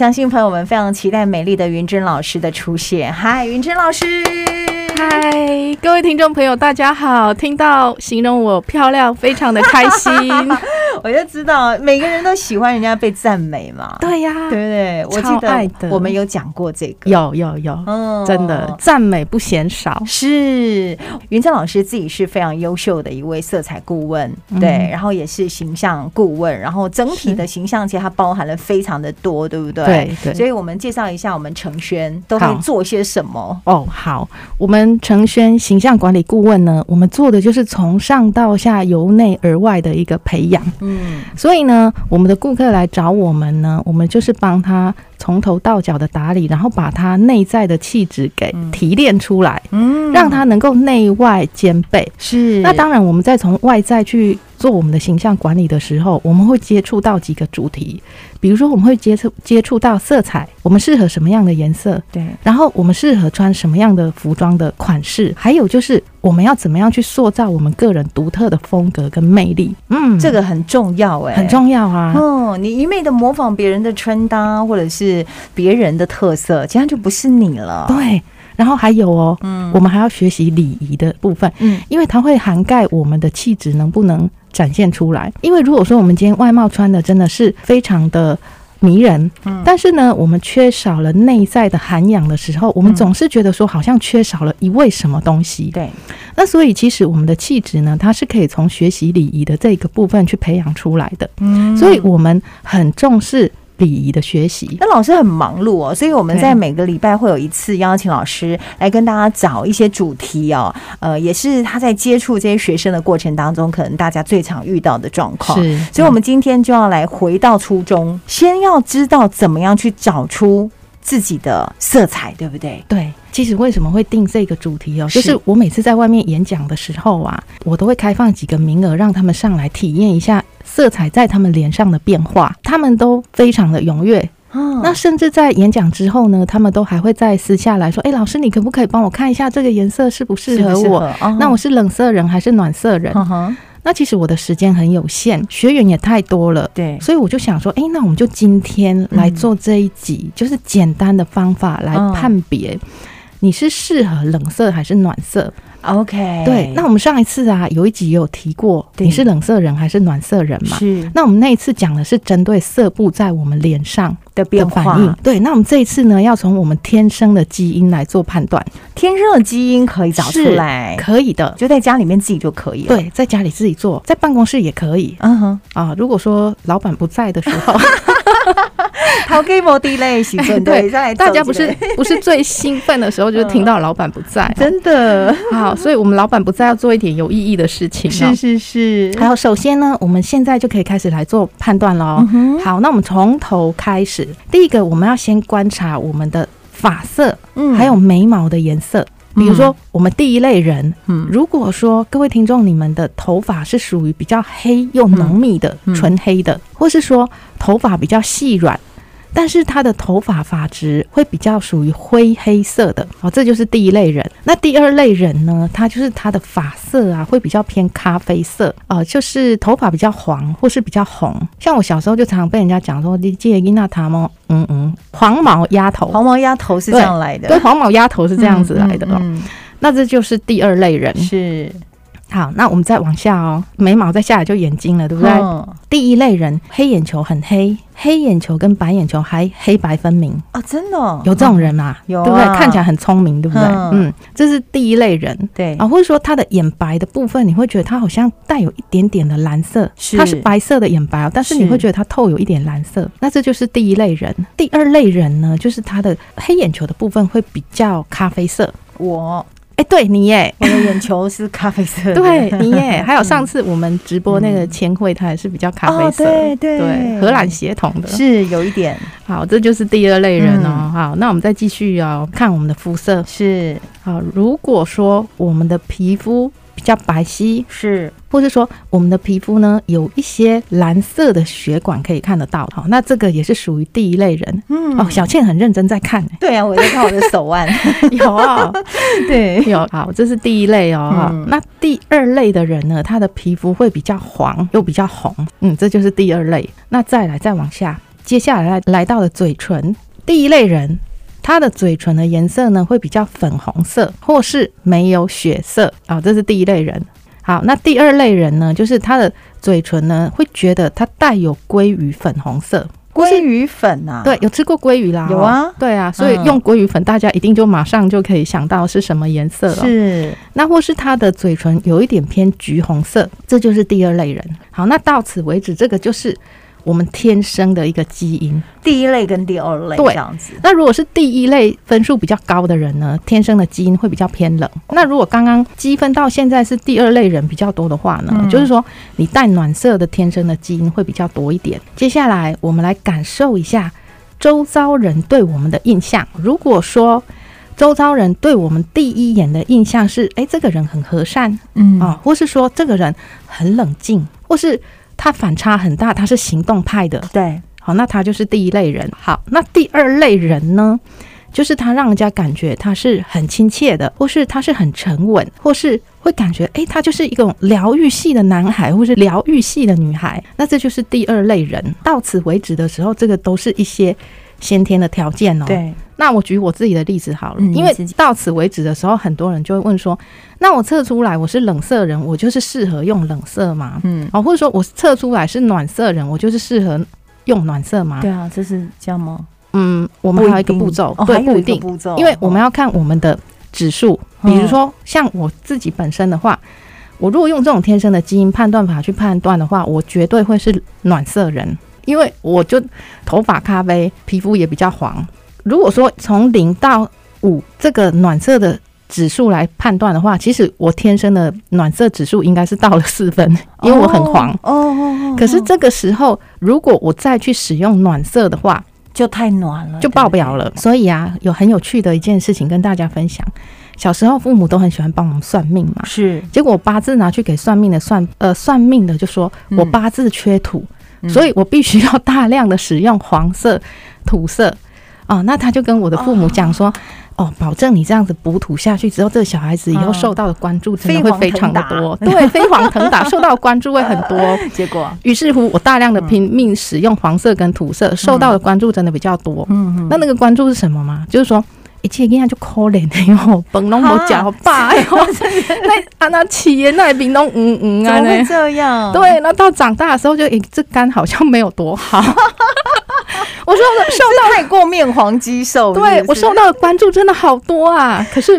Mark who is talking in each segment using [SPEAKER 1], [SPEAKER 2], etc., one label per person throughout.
[SPEAKER 1] 相信朋友们非常期待美丽的云珍老师的出现。嗨，云珍老师！
[SPEAKER 2] 嗨，各位听众朋友，大家好！听到形容我漂亮，非常的开心。
[SPEAKER 1] 我就知道每个人都喜欢人家被赞美嘛，
[SPEAKER 2] 对呀、
[SPEAKER 1] 对不对？我记
[SPEAKER 2] 超爱
[SPEAKER 1] 得
[SPEAKER 2] 的
[SPEAKER 1] 我们有讲过这个，
[SPEAKER 2] 有有有，
[SPEAKER 1] 嗯
[SPEAKER 2] 真的赞美不嫌少。
[SPEAKER 1] 是云珍老师自己是非常优秀的一位色彩顾问，
[SPEAKER 2] 嗯
[SPEAKER 1] 对，然后也是形象顾问，然后整体的形象其实它包含了非常的多，对不对？
[SPEAKER 2] 对对
[SPEAKER 1] 所以我们介绍一下我们程轩都可以
[SPEAKER 2] 好
[SPEAKER 1] 做些什么。
[SPEAKER 2] 哦，好，我们程轩形象管理顾问呢，我们做的就是从上到下、由内而外的一个培养。
[SPEAKER 1] 嗯，
[SPEAKER 2] 所以呢，我们的顾客来找我们呢，我们就是帮他从头到脚的打理，然后把他内在的气质给
[SPEAKER 1] 嗯
[SPEAKER 2] 提炼出来，
[SPEAKER 1] 嗯
[SPEAKER 2] 让他能够内外兼备。
[SPEAKER 1] 是
[SPEAKER 2] 那当然，我们在从外在去做我们的形象管理的时候，我们会接触到几个主题，比如说我们会接触接触到色彩，我们适合什么样的颜色，
[SPEAKER 1] 对
[SPEAKER 2] 然后我们适合穿什么样的服装的款式，还有就是我们要怎么样去塑造我们个人独特的风格跟魅力。嗯，
[SPEAKER 1] 这个很重要哎、
[SPEAKER 2] 很。重要啊。
[SPEAKER 1] 哦，你一昧的模仿别人的穿搭，或者是别人的特色，这样就不是你了。
[SPEAKER 2] 对，然后还有哦，
[SPEAKER 1] 嗯
[SPEAKER 2] 我们还要学习礼仪的部分，
[SPEAKER 1] 嗯，
[SPEAKER 2] 因为它会涵盖我们的气质能不能展现出来。因为如果说我们今天外貌穿的真的是非常的迷人，
[SPEAKER 1] 嗯
[SPEAKER 2] 但是呢，我们缺少了内在的涵养的时候，我们
[SPEAKER 1] 嗯
[SPEAKER 2] 总是觉得说好像缺少了一味什么东西。
[SPEAKER 1] 对，
[SPEAKER 2] 那所以其实我们的气质呢，它是可以从学习礼仪的这个部分去培养出来的。
[SPEAKER 1] 嗯
[SPEAKER 2] 所以我们很重视礼仪的学习。
[SPEAKER 1] 那老师很忙碌哦，所以我们
[SPEAKER 2] 对
[SPEAKER 1] 在每个礼拜会有一次邀请老师来跟大家找一些主题哦，呃，也是他在接触这些学生的过程当中，可能大家最常遇到的状况。
[SPEAKER 2] 是，
[SPEAKER 1] 所以我们今天就要来回到初中，先要知道怎么样去找出自己的色彩，对不对？
[SPEAKER 2] 对，其实为什么会定这个主题哦？
[SPEAKER 1] 是
[SPEAKER 2] 就是我每次在外面演讲的时候啊，我都会开放几个名额，让他们上来体验一下色彩在他们脸上的变化。他们都非常的踊跃，
[SPEAKER 1] 嗯
[SPEAKER 2] 那甚至在演讲之后呢，他们都还会再私下来说：“哎，老师，你可不可以帮我看一下这个颜色适不适合我？
[SPEAKER 1] 哦
[SPEAKER 2] 那我是冷色人还是暖色人？”
[SPEAKER 1] 嗯哼，
[SPEAKER 2] 那其实我的时间很有限，学员也太多了。
[SPEAKER 1] 对，
[SPEAKER 2] 所以我就想说，哎、那我们就今天来做这一集，就是简单的方法来
[SPEAKER 1] 嗯
[SPEAKER 2] 判别你是适合冷色还是暖色。
[SPEAKER 1] OK，
[SPEAKER 2] 对，那我们上一次啊有一集也有提过，
[SPEAKER 1] 哎对
[SPEAKER 2] 你是冷色人还是暖色人嘛？
[SPEAKER 1] 是
[SPEAKER 2] 那我们那一次讲的是针对色部在我们脸上
[SPEAKER 1] 的
[SPEAKER 2] 的
[SPEAKER 1] 变化
[SPEAKER 2] 反，应，对。那我们这一次呢，要从我们天生的基因来做判断，
[SPEAKER 1] 天生的基因可以找出
[SPEAKER 2] 是
[SPEAKER 1] 来，
[SPEAKER 2] 可以的。
[SPEAKER 1] 就在家里面自己就可以了。，
[SPEAKER 2] 对，在家里自己做，在办公室也可以
[SPEAKER 1] 嗯哼，
[SPEAKER 2] 啊。如果说老板不在的时候，
[SPEAKER 1] 头家无地嘞，时阵对，
[SPEAKER 2] 对
[SPEAKER 1] 再来
[SPEAKER 2] 大家
[SPEAKER 1] 走
[SPEAKER 2] 不
[SPEAKER 1] 一
[SPEAKER 2] 是
[SPEAKER 1] 个
[SPEAKER 2] 不是最兴奋的时候，就是听到老板不在、啊
[SPEAKER 1] 真的，
[SPEAKER 2] 好，所以我们老板不在，要做一点有意义的事情、哦。
[SPEAKER 1] 是是
[SPEAKER 2] 还有，首先呢，我们现在就可以开始来做判断喽
[SPEAKER 1] 嗯。哼，
[SPEAKER 2] 好，那我们从头开始。第一个，我们要先观察我们的发色，
[SPEAKER 1] 嗯
[SPEAKER 2] 还有眉毛的颜色。比如说，我们第一类人，
[SPEAKER 1] 嗯
[SPEAKER 2] 如果说各位听众你们的头发是属于比较黑又浓密的、
[SPEAKER 1] 嗯嗯
[SPEAKER 2] 纯黑的，或是说头发比较细软，但是他的头发发质会比较属于灰黑色的，哦，这就是第一类人。那第二类人呢，他就是他的发色啊会比较偏咖啡色，呃，就是头发比较黄或是比较红。像我小时候就常被人家讲说，你这伊娜塔吗？嗯嗯，黄毛丫头。
[SPEAKER 1] 黄毛丫头是这样来的，
[SPEAKER 2] 对，黄毛丫头是这样子来的哦，
[SPEAKER 1] 嗯，嗯
[SPEAKER 2] 那这就是第二类人
[SPEAKER 1] 嗯。是，
[SPEAKER 2] 好，那我们再往下哦，眉毛再下来就眼睛了，对不对？
[SPEAKER 1] 嗯
[SPEAKER 2] 第一类人，黑眼球很黑，黑眼球跟白眼球还黑白分明，
[SPEAKER 1] 哦，真的哦
[SPEAKER 2] 有这种人嘛？
[SPEAKER 1] 有啊
[SPEAKER 2] 对不对？看起来很聪明，对不对？
[SPEAKER 1] 嗯
[SPEAKER 2] 嗯，这是第一类人
[SPEAKER 1] 对
[SPEAKER 2] 啊，，或者说他的眼白的部分，你会觉得他好像带有一点点的蓝色，
[SPEAKER 1] 是
[SPEAKER 2] 它是白色的眼白哦，但是
[SPEAKER 1] 是
[SPEAKER 2] 你会觉得它透有一点蓝色，那这就是第一类人。第二类人呢，就是他的黑眼球的部分会比较咖啡色。
[SPEAKER 1] 我
[SPEAKER 2] 哎，对你耶，
[SPEAKER 1] 我的眼球是咖啡色的， 嗯
[SPEAKER 2] 对你耶，还有上次我们直播那个千惠，她也是比较咖啡色，
[SPEAKER 1] 哦对对
[SPEAKER 2] 荷兰血统的。
[SPEAKER 1] 是嗯有一点
[SPEAKER 2] 好，这就是第二类人哦。好，那我们再继续哦，看我们的肤色。
[SPEAKER 1] 是
[SPEAKER 2] 好，如果说我们的皮肤比较白皙，
[SPEAKER 1] 是，
[SPEAKER 2] 或是说我们的皮肤呢有一些蓝色的血管可以看得到，好，那这个也是属于第一类人。
[SPEAKER 1] 嗯
[SPEAKER 2] 哦，小倩很认真在看、欸
[SPEAKER 1] 对啊，我在看我的手 腕，
[SPEAKER 2] 有哦、
[SPEAKER 1] 对，
[SPEAKER 2] 有，好，这是第一类哦。哈、
[SPEAKER 1] 嗯
[SPEAKER 2] 那第二类的人呢，他的皮肤会比较黄又比较红，嗯，这就是第二类。那再来再往下，接下来来到了嘴唇，第一类人，他的嘴唇的颜色呢会比较粉红色，或是没有血色啊、这是第一类人。好，那第二类人呢，就是他的嘴唇呢会觉得它带有鲑鱼粉红色。
[SPEAKER 1] 鲑鱼粉啊，
[SPEAKER 2] 对，，有吃过鲑鱼啦？
[SPEAKER 1] 有啊
[SPEAKER 2] 哦对啊，所以
[SPEAKER 1] 嗯
[SPEAKER 2] 用鲑鱼粉，大家一定就马上就可以想到是什么颜色哦了。
[SPEAKER 1] 是
[SPEAKER 2] 那或是他的嘴唇有一点偏橘红色，这就是第二类人。好，那到此为止，这个就是我们天生的一个基因。
[SPEAKER 1] 第一类跟第二类
[SPEAKER 2] 对
[SPEAKER 1] 这样子。
[SPEAKER 2] 那如果是第一类分数比较高的人呢，天生的基因会比较偏冷。那如果刚刚积分到现在是第二类人比较多的话呢，
[SPEAKER 1] 嗯
[SPEAKER 2] 就是说你带暖色的天生的基因会比较多一点。接下来我们来感受一下周遭人对我们的印象。如果说周遭人对我们第一眼的印象是，诶，这个人很和善，
[SPEAKER 1] 嗯
[SPEAKER 2] 啊、或是说这个人很冷静，或是他反差很大，他是行动派的，
[SPEAKER 1] 对，
[SPEAKER 2] 好，那他就是第一类人。好，那第二类人呢，就是他让人家感觉他是很亲切的，或是他是很沉稳，或是会感觉诶，他就是一种疗愈系的男孩，或是疗愈系的女孩。那这就是第二类人。到此为止的时候，这个都是一些先天的条件哦。。
[SPEAKER 1] 对，
[SPEAKER 2] 那我举我自己的例子好了，
[SPEAKER 1] 嗯
[SPEAKER 2] 因为
[SPEAKER 1] 你自己
[SPEAKER 2] 到此为止的时候，很多人就会问说：那我测出来我是冷色人，我就是适合用冷色吗？
[SPEAKER 1] 嗯，
[SPEAKER 2] 哦，或者说我测出来是暖色人，我就是适合用暖色吗？
[SPEAKER 1] 对啊，这是这样吗？
[SPEAKER 2] 嗯，我们还有一个步骤，
[SPEAKER 1] 哦
[SPEAKER 2] 对，
[SPEAKER 1] 还有
[SPEAKER 2] 不
[SPEAKER 1] 一
[SPEAKER 2] 一
[SPEAKER 1] 个
[SPEAKER 2] 定，
[SPEAKER 1] 步骤，
[SPEAKER 2] 因为我们要看我们的指数，比
[SPEAKER 1] 嗯
[SPEAKER 2] 如说像我自己本身的话。我如果用这种天生的基因判断法去判断的话，我绝对会是暖色人，因为我就头发咖啡，皮肤也比较黄。如果说从零到五这个暖色的指数来判断的话，其实我天生的暖色指数应该是到了四分，因为我很黄。
[SPEAKER 1] 哦哦哦，哦
[SPEAKER 2] 可是这个时候，如果我再去使用暖色的话，
[SPEAKER 1] 就太暖了，
[SPEAKER 2] 就爆表了。所以啊，有很有趣的一件事情跟大家分享。小时候父母都很喜欢帮我们算命嘛
[SPEAKER 1] 对，，是
[SPEAKER 2] 结果我八字拿去给算命的算，呃，算命的就说我
[SPEAKER 1] 嗯
[SPEAKER 2] 八字缺土，
[SPEAKER 1] 嗯
[SPEAKER 2] 所以我必须要大量的使用黄色、土色。哦，那他就跟我的父母讲说，哦，保证你这样子补土下去之后，这个小孩子以后
[SPEAKER 1] 嗯
[SPEAKER 2] 受到的关注真的会非常的多，
[SPEAKER 1] 飞黄腾达
[SPEAKER 2] 对，飞黄腾达，受到的关注会很 多。
[SPEAKER 1] 结果，
[SPEAKER 2] 于是乎，我大量的拼命使用黄色跟土色，受到的关注真的比较多。
[SPEAKER 1] 嗯
[SPEAKER 2] 那那个关注是什么吗？就是说，一切囡仔就可怜的哟， 本拢无食好饱哟，那 啊那饲的那面拢黄黄
[SPEAKER 1] 怎么会
[SPEAKER 2] 啊 呢？
[SPEAKER 1] 这样？，
[SPEAKER 2] 对，那到长大的时候就，诶、这肝好像没有多好。 我受的 受
[SPEAKER 1] 太过面黄肌瘦，
[SPEAKER 2] 对
[SPEAKER 1] 是不
[SPEAKER 2] 我
[SPEAKER 1] 是
[SPEAKER 2] 受到的关注真的好多啊，可是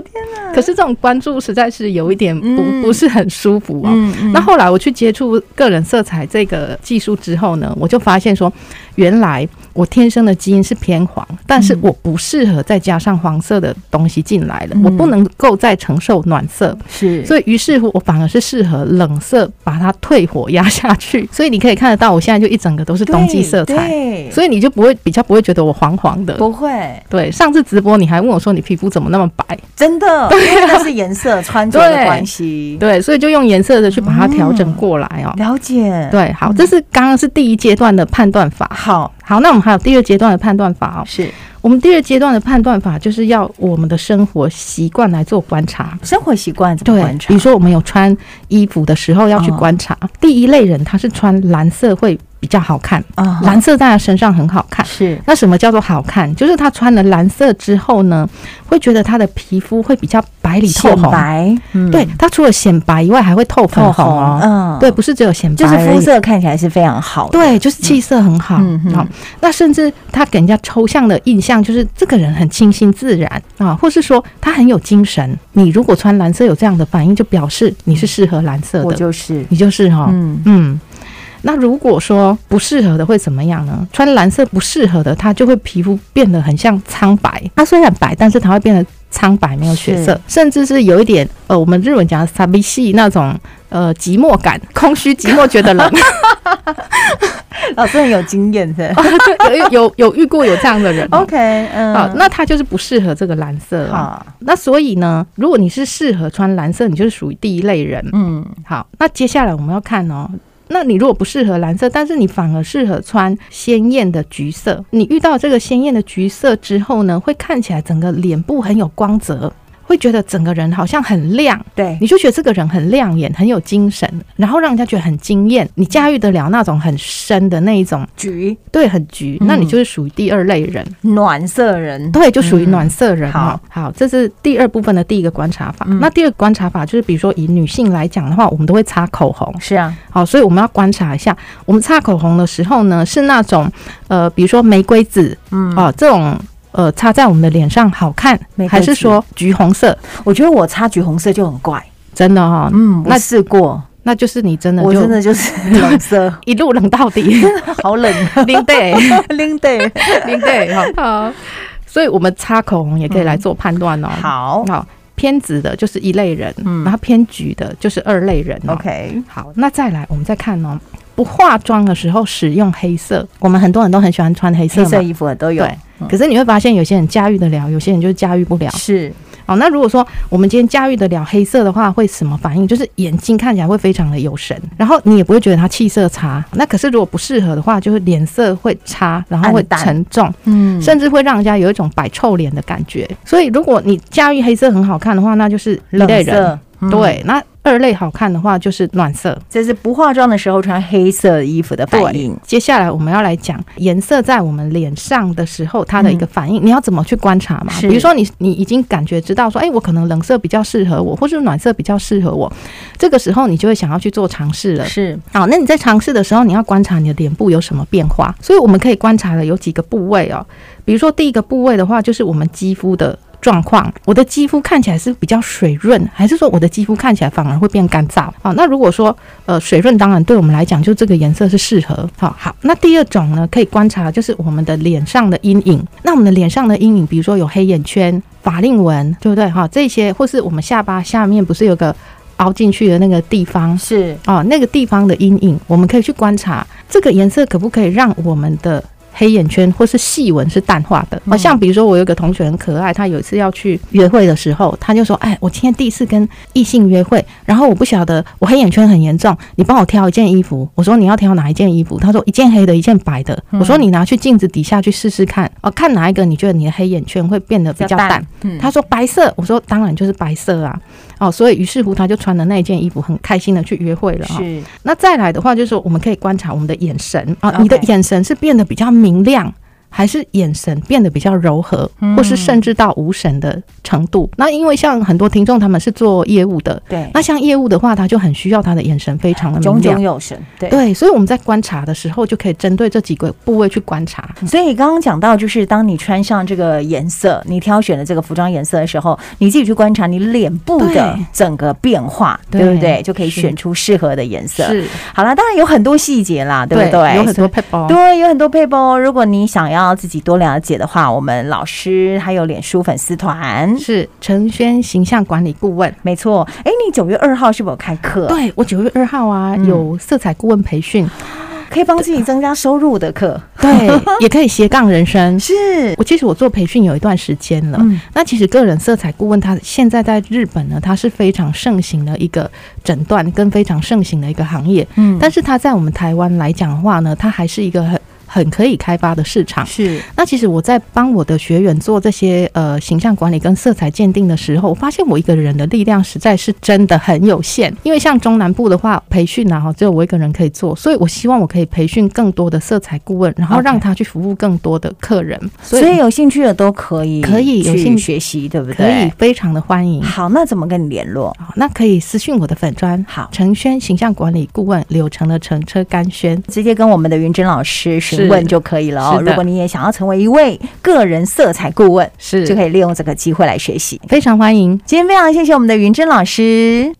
[SPEAKER 2] 可是这种关注实在是有一点不、
[SPEAKER 1] 嗯
[SPEAKER 2] 不是很舒服哦。
[SPEAKER 1] 嗯嗯
[SPEAKER 2] 那后来我去接触个人色彩这个技术之后呢，我就发现说，原来我天生的基因是偏黄，但是
[SPEAKER 1] 嗯
[SPEAKER 2] 我不适合再加上黄色的东西进来了，
[SPEAKER 1] 嗯
[SPEAKER 2] 我不能够再承受暖色，
[SPEAKER 1] 是
[SPEAKER 2] 所以于是乎我反而是适合冷色，把它退火压下去。所以你可以看得到，我现在就一整个都是冬季色彩，
[SPEAKER 1] 对，
[SPEAKER 2] 所以呃你就不会比较不会觉得我黄黄的。
[SPEAKER 1] 不会，
[SPEAKER 2] 对，上次直播你还问我说你皮肤怎么那么白？
[SPEAKER 1] 真的，因为那是颜色穿着的关系。
[SPEAKER 2] 对，所以就用颜色的去把它调整过来哦。
[SPEAKER 1] 了解，
[SPEAKER 2] 对，好，这是刚刚是第一阶段的判断法。
[SPEAKER 1] 好
[SPEAKER 2] 好，那我们还有第二阶段的判断法哦。
[SPEAKER 1] 是
[SPEAKER 2] 我们第二阶段的判断法就是要我们的生活习惯来做观察。
[SPEAKER 1] 生活习惯怎么
[SPEAKER 2] 对
[SPEAKER 1] 观，察
[SPEAKER 2] 比如？说我们有穿衣服的时候要去观察。
[SPEAKER 1] 哦
[SPEAKER 2] 第一类人他是穿蓝色会比较好看，
[SPEAKER 1] 啊
[SPEAKER 2] 蓝色在他身上很好看。
[SPEAKER 1] 是
[SPEAKER 2] 那什么叫做好看？就是他穿了蓝色之后呢，会觉得他的皮肤会比较白里透
[SPEAKER 1] 显
[SPEAKER 2] 红。
[SPEAKER 1] 白，嗯
[SPEAKER 2] 对，它除了显白以外，还会透粉
[SPEAKER 1] 透
[SPEAKER 2] 红
[SPEAKER 1] 红
[SPEAKER 2] 哦。
[SPEAKER 1] 嗯，
[SPEAKER 2] 对，，不是只有显白，
[SPEAKER 1] 就是肤。色看起来是非常好的，
[SPEAKER 2] 对，就是气色很好。
[SPEAKER 1] 嗯嗯
[SPEAKER 2] 好，那甚至他给人家抽象的印象就是这个人很清新自然啊，或是说他很有精神。你如果穿蓝色有这样的反应，就表示你是适合蓝色
[SPEAKER 1] 我
[SPEAKER 2] 的，
[SPEAKER 1] 就是，
[SPEAKER 2] 你就是哈、
[SPEAKER 1] 嗯，
[SPEAKER 2] 嗯。那如果说不适合的会怎么样呢？穿蓝色不适合的，它就会皮肤变得很像苍白。它虽然白，但是它会变得苍白，没有血色，甚至是有一点呃，我们日文讲的 “sabi 系”那种呃寂寞感、空虚、寂寞，觉得冷。
[SPEAKER 1] 老师很有经验嗯哦 的
[SPEAKER 2] 有有有有遇过有这样的人哦、
[SPEAKER 1] ，OK，嗯，
[SPEAKER 2] 好，那他就是不适合这个蓝色哦、
[SPEAKER 1] 好，
[SPEAKER 2] 那所以呢，如果你是适合穿蓝色，你就是属于第一类人。
[SPEAKER 1] 嗯，
[SPEAKER 2] 好，那接下来我们要看哦。那你如果不适合蓝色，但是你反而适合穿鲜艳的橘色，你遇到这个鲜艳的橘色之后呢，会看起来整个脸部很有光泽，会觉得整个人好像很亮，
[SPEAKER 1] 对
[SPEAKER 2] 你就觉得这个人很亮眼，很有精神，然后让人家觉得很惊艳，你驾驭得了那种很深的那一种，
[SPEAKER 1] 橘
[SPEAKER 2] 对，很橘，
[SPEAKER 1] 嗯
[SPEAKER 2] 那你就是属于第二类人，
[SPEAKER 1] 暖色人，
[SPEAKER 2] 对，就属于暖色人
[SPEAKER 1] 嗯
[SPEAKER 2] 哈
[SPEAKER 1] 好、
[SPEAKER 2] 好，这是第二部分的第一个观察法。
[SPEAKER 1] 嗯
[SPEAKER 2] 那第二个观察法就是，比如说以女性来讲的话，我们都会擦口红，
[SPEAKER 1] 是啊，
[SPEAKER 2] 好，所以我们要观察一下，我们擦口红的时候呢，是那种呃，比如说玫瑰紫
[SPEAKER 1] 嗯，
[SPEAKER 2] 哦、这种。呃，擦在我们的脸上好看
[SPEAKER 1] 玫，瑰
[SPEAKER 2] 还是
[SPEAKER 1] 紫
[SPEAKER 2] 说橘红色？
[SPEAKER 1] 我觉得我擦橘红色就很怪，
[SPEAKER 2] 真的哈、
[SPEAKER 1] 嗯，
[SPEAKER 2] 那
[SPEAKER 1] 我试过，
[SPEAKER 2] 那就是你真的
[SPEAKER 1] 我
[SPEAKER 2] 就
[SPEAKER 1] 真的就是 冷色，
[SPEAKER 2] 一路冷 到底，
[SPEAKER 1] 好冷，
[SPEAKER 2] 零 对
[SPEAKER 1] 拎对，
[SPEAKER 2] 零对，好，好所以我们擦口红也可以来做判断哦。，
[SPEAKER 1] 嗯好
[SPEAKER 2] 好，偏紫的就是一类人，
[SPEAKER 1] 嗯
[SPEAKER 2] 然后偏橘的就是二类人、哦。
[SPEAKER 1] ，OK，
[SPEAKER 2] 好，那再来我们再看哦，不化妆的时候使用黑色，我们很多人都很喜欢穿黑色
[SPEAKER 1] 黑
[SPEAKER 2] 嘛，
[SPEAKER 1] 色衣服的都有，
[SPEAKER 2] 对。可是你会发现，有些人驾驭得了，有些人就驾驭不了。
[SPEAKER 1] 是
[SPEAKER 2] 好，那如果说我们今天驾驭得了黑色的话，会什么反应？就是眼睛看起来会非常的有神，然后你也不会觉得它气色差。那可是如果不适合的话，就是脸色会差，然后会
[SPEAKER 1] 暗淡
[SPEAKER 2] 沉重，
[SPEAKER 1] 嗯
[SPEAKER 2] 甚至会让人家有一种摆臭脸的感觉。所以如果你驾驭黑色很好看的话，那就是一类
[SPEAKER 1] 冷
[SPEAKER 2] 人。
[SPEAKER 1] 色，嗯，
[SPEAKER 2] 对，那二类好看的话就是暖色。
[SPEAKER 1] 这是不化妆的时候穿黑色衣服的反应，
[SPEAKER 2] 接下来我们要来讲颜色在我们脸上的时候，它的一个反应，你要怎么去观察嘛？
[SPEAKER 1] 是
[SPEAKER 2] 比如说你你已经感觉知道说，哎、我可能冷色比较适合我，或是暖色比较适合我，这个时候你就会想要去做尝试了。
[SPEAKER 1] 是
[SPEAKER 2] 好，那你在尝试的时候，你要观察你的脸部有什么变化。所以我们可以观察的有几个部位哦，比如说第一个部位的话，就是我们肌肤的。状况，我的肌肤看起来是比较水润，还是说我的肌肤看起来反而会变干燥？好，那如果说呃水润，当然对我们来讲，就这个颜色是适合。好好，那第二种呢，可以观察就是我们的脸上的阴影。那我们的脸上的阴影，比如说有黑眼圈、法令纹，对不对？哈，这些或是我们下巴下面不是有个凹进去的那个地方，
[SPEAKER 1] 是，
[SPEAKER 2] 哦，那个地方的阴影，我们可以去观察这个颜色可不可以让我们的黑眼圈或是细纹是淡化的。哦，
[SPEAKER 1] 嗯
[SPEAKER 2] 像比如说我有一个同学很可爱，他有一次要去约会的时候，他就说：“哎，我今天第一次跟异性约会，然后我不晓得我黑眼圈很严重，你帮我挑一件衣服。”我说：“你要挑哪一件衣服？”他说：“一件黑的，一件白的。我说：“你拿去镜子底下去试试看，哦，看哪一个你觉得你的黑眼圈会变得比较淡。”，
[SPEAKER 1] 嗯，
[SPEAKER 2] 他说白色，我说当然就是白色啊，哦，所以于是乎他就穿的那一件衣服，很开心的去约会了、哦。
[SPEAKER 1] 是
[SPEAKER 2] 那再来的话，就是说我们可以观察我们的眼神啊，
[SPEAKER 1] OK
[SPEAKER 2] 你的眼神是变得比较明亮。还是眼神变得比较柔和，
[SPEAKER 1] 嗯
[SPEAKER 2] 或是甚至到无神的程度。那因为像很多听众他们是做业务的，
[SPEAKER 1] 对，
[SPEAKER 2] 那像业务的话，他就很需要他的眼神非常的
[SPEAKER 1] 炯
[SPEAKER 2] 明
[SPEAKER 1] 炯
[SPEAKER 2] 亮。
[SPEAKER 1] 有神，对。
[SPEAKER 2] 对，所以我们在观察的时候，就可以针对这几个部位去观察。
[SPEAKER 1] 所以刚刚讲到，就是当你穿上这个颜色，你挑选的这个服装颜色的时候，你自己去观察你脸部的
[SPEAKER 2] 对
[SPEAKER 1] 整个变化，
[SPEAKER 2] 对
[SPEAKER 1] 对不对？就可以
[SPEAKER 2] 是
[SPEAKER 1] 选出适合的颜色。，好啦，当然有很多细节啦，对不
[SPEAKER 2] 对，
[SPEAKER 1] 对？
[SPEAKER 2] 有很多哦配包。
[SPEAKER 1] 对，有很多配包。如果你想要自己多了解的话，我们老师还有脸书粉丝团，
[SPEAKER 2] 是陈轩形象管理顾问。
[SPEAKER 1] 没错。哎，你九月二号是否开课？，啊
[SPEAKER 2] 对我九月二号啊、
[SPEAKER 1] 嗯
[SPEAKER 2] 有色彩顾问培 训，
[SPEAKER 1] 可以帮自己增加收入的课。
[SPEAKER 2] 对，也可以斜杠人生。
[SPEAKER 1] 是，
[SPEAKER 2] 我其实我做培训有一段时间了，
[SPEAKER 1] 嗯，
[SPEAKER 2] 那其实个人色彩顾问他现在在日本呢，它是非常盛行的一个诊断跟非常盛行的一个行业，
[SPEAKER 1] 嗯
[SPEAKER 2] 但是它在我们台湾来讲的话呢，它还是一个很很可以开发的市场。
[SPEAKER 1] 是
[SPEAKER 2] 那其实我在帮我的学员做这些呃形象管理跟色彩鉴定的时候，我发现我一个人的力量实在是真的很有限。因为像中南部的话，培训啊，哈只有我一个人可以做，所以我希望我可以培训更多的色彩顾问，然后
[SPEAKER 1] OK
[SPEAKER 2] 让他去服务更多的客人。
[SPEAKER 1] 所以有兴趣的都可以，
[SPEAKER 2] 可以有兴趣
[SPEAKER 1] 学习，对不对？
[SPEAKER 2] 可以非常的欢迎。
[SPEAKER 1] 好，那怎么跟你联络？
[SPEAKER 2] 好，那可以私讯我的粉砖
[SPEAKER 1] 好，
[SPEAKER 2] 陈轩形象管理顾问柳城的乘车甘轩。
[SPEAKER 1] 直接跟我们的云珍老师询问
[SPEAKER 2] 是
[SPEAKER 1] 就可以了哦。
[SPEAKER 2] 是的
[SPEAKER 1] 如果你也想要成为一位个人色彩顾问，
[SPEAKER 2] 是
[SPEAKER 1] 就可以利用这个机会来学习。
[SPEAKER 2] 非常欢迎。
[SPEAKER 1] 今天非常谢谢我们的云珍老师。